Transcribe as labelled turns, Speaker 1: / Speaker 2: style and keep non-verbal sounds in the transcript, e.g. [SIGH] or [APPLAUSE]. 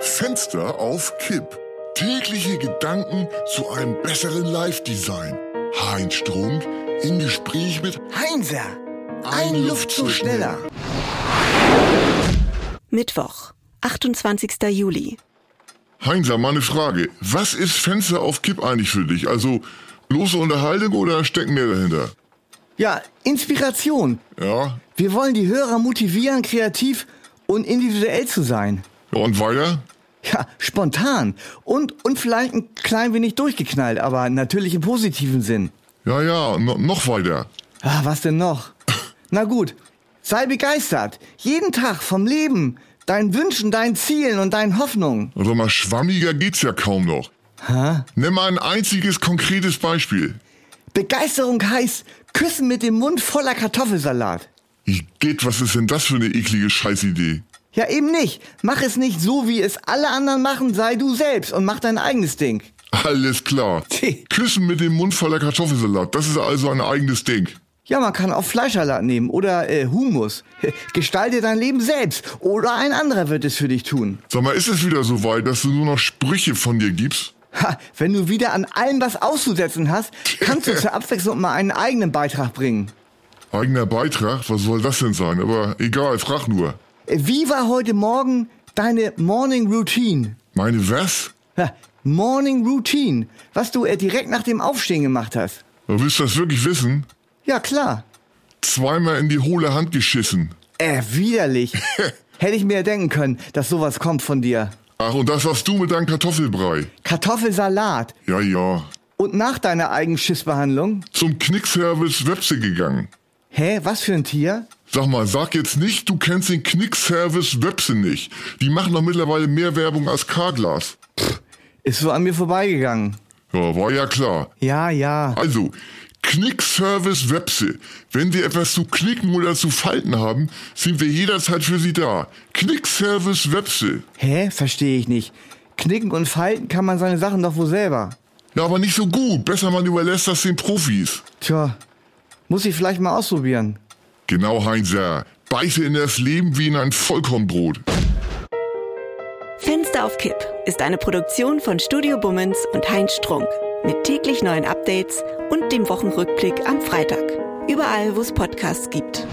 Speaker 1: Fenster auf Kipp. Tägliche Gedanken zu einem besseren Live-Design. Heinz Strunk im Gespräch mit
Speaker 2: Heinzer, ein Luftzug schneller.
Speaker 3: Mittwoch, 28. Juli.
Speaker 1: Heinzer, mal eine Frage. Was ist Fenster auf Kipp eigentlich für dich? Also bloße Unterhaltung oder steckt mehr dahinter?
Speaker 2: Ja, Inspiration.
Speaker 1: Ja.
Speaker 2: Wir wollen die Hörer motivieren, kreativ und individuell zu sein.
Speaker 1: Ja, Und weiter?
Speaker 2: Ja, spontan und, und vielleicht ein klein wenig durchgeknallt, aber natürlich im positiven Sinn.
Speaker 1: Ja, ja, no, noch weiter.
Speaker 2: Ah, was denn noch? Na gut, sei begeistert. Jeden Tag vom Leben, deinen Wünschen, deinen Zielen und deinen Hoffnungen.
Speaker 1: Also mal schwammiger geht's ja kaum noch.
Speaker 2: Hä?
Speaker 1: Nimm mal ein einziges konkretes Beispiel.
Speaker 2: Begeisterung heißt Küssen mit dem Mund voller Kartoffelsalat.
Speaker 1: Igitt, was ist denn das für eine eklige Scheißidee?
Speaker 2: Ja, eben nicht. Mach es nicht so, wie es alle anderen machen. Sei du selbst und mach dein eigenes Ding.
Speaker 1: Alles klar.
Speaker 2: Tee.
Speaker 1: Küssen mit dem Mund voller Kartoffelsalat, das ist also ein eigenes Ding.
Speaker 2: Ja, man kann auch Fleischsalat nehmen oder äh, Humus. [LAUGHS] Gestalte dein Leben selbst oder ein anderer wird es für dich tun.
Speaker 1: Sag mal, ist es wieder so weit, dass du nur noch Sprüche von dir gibst?
Speaker 2: Ha, wenn du wieder an allem was auszusetzen hast, kannst du zur Abwechslung mal einen eigenen Beitrag bringen.
Speaker 1: Eigener Beitrag? Was soll das denn sein? Aber egal, frag nur.
Speaker 2: Äh, Wie war heute Morgen deine Morning Routine?
Speaker 1: Meine was?
Speaker 2: Ha, Morning Routine, was du äh, direkt nach dem Aufstehen gemacht hast.
Speaker 1: Du willst das wirklich wissen?
Speaker 2: Ja, klar.
Speaker 1: Zweimal in die hohle Hand geschissen.
Speaker 2: Äh, widerlich. Hätte ich mir denken können, dass sowas kommt von dir.
Speaker 1: Ach, und das hast du mit deinem Kartoffelbrei.
Speaker 2: Kartoffelsalat.
Speaker 1: Ja, ja.
Speaker 2: Und nach deiner eigenen Schissbehandlung?
Speaker 1: Zum Knickservice Webse gegangen.
Speaker 2: Hä, was für ein Tier?
Speaker 1: Sag mal, sag jetzt nicht, du kennst den Knickservice Webse nicht. Die machen doch mittlerweile mehr Werbung als Carglass.
Speaker 2: Ist so an mir vorbeigegangen.
Speaker 1: Ja, war ja klar.
Speaker 2: Ja, ja.
Speaker 1: Also, Knickservice Webse. Wenn Sie etwas zu knicken oder zu falten haben, sind wir jederzeit für Sie da. Knickservice Webse.
Speaker 2: Hä, verstehe ich nicht. Knicken und falten kann man seine Sachen doch wohl selber.
Speaker 1: Ja, aber nicht so gut. Besser man überlässt das den Profis.
Speaker 2: Tja, muss ich vielleicht mal ausprobieren.
Speaker 1: Genau, Heinzer. Beiße in das Leben wie in ein Vollkornbrot.
Speaker 3: Fenster auf Kipp ist eine Produktion von Studio Bummens und Heinz Strunk. Mit täglich neuen Updates und dem Wochenrückblick am Freitag. Überall, wo es Podcasts gibt.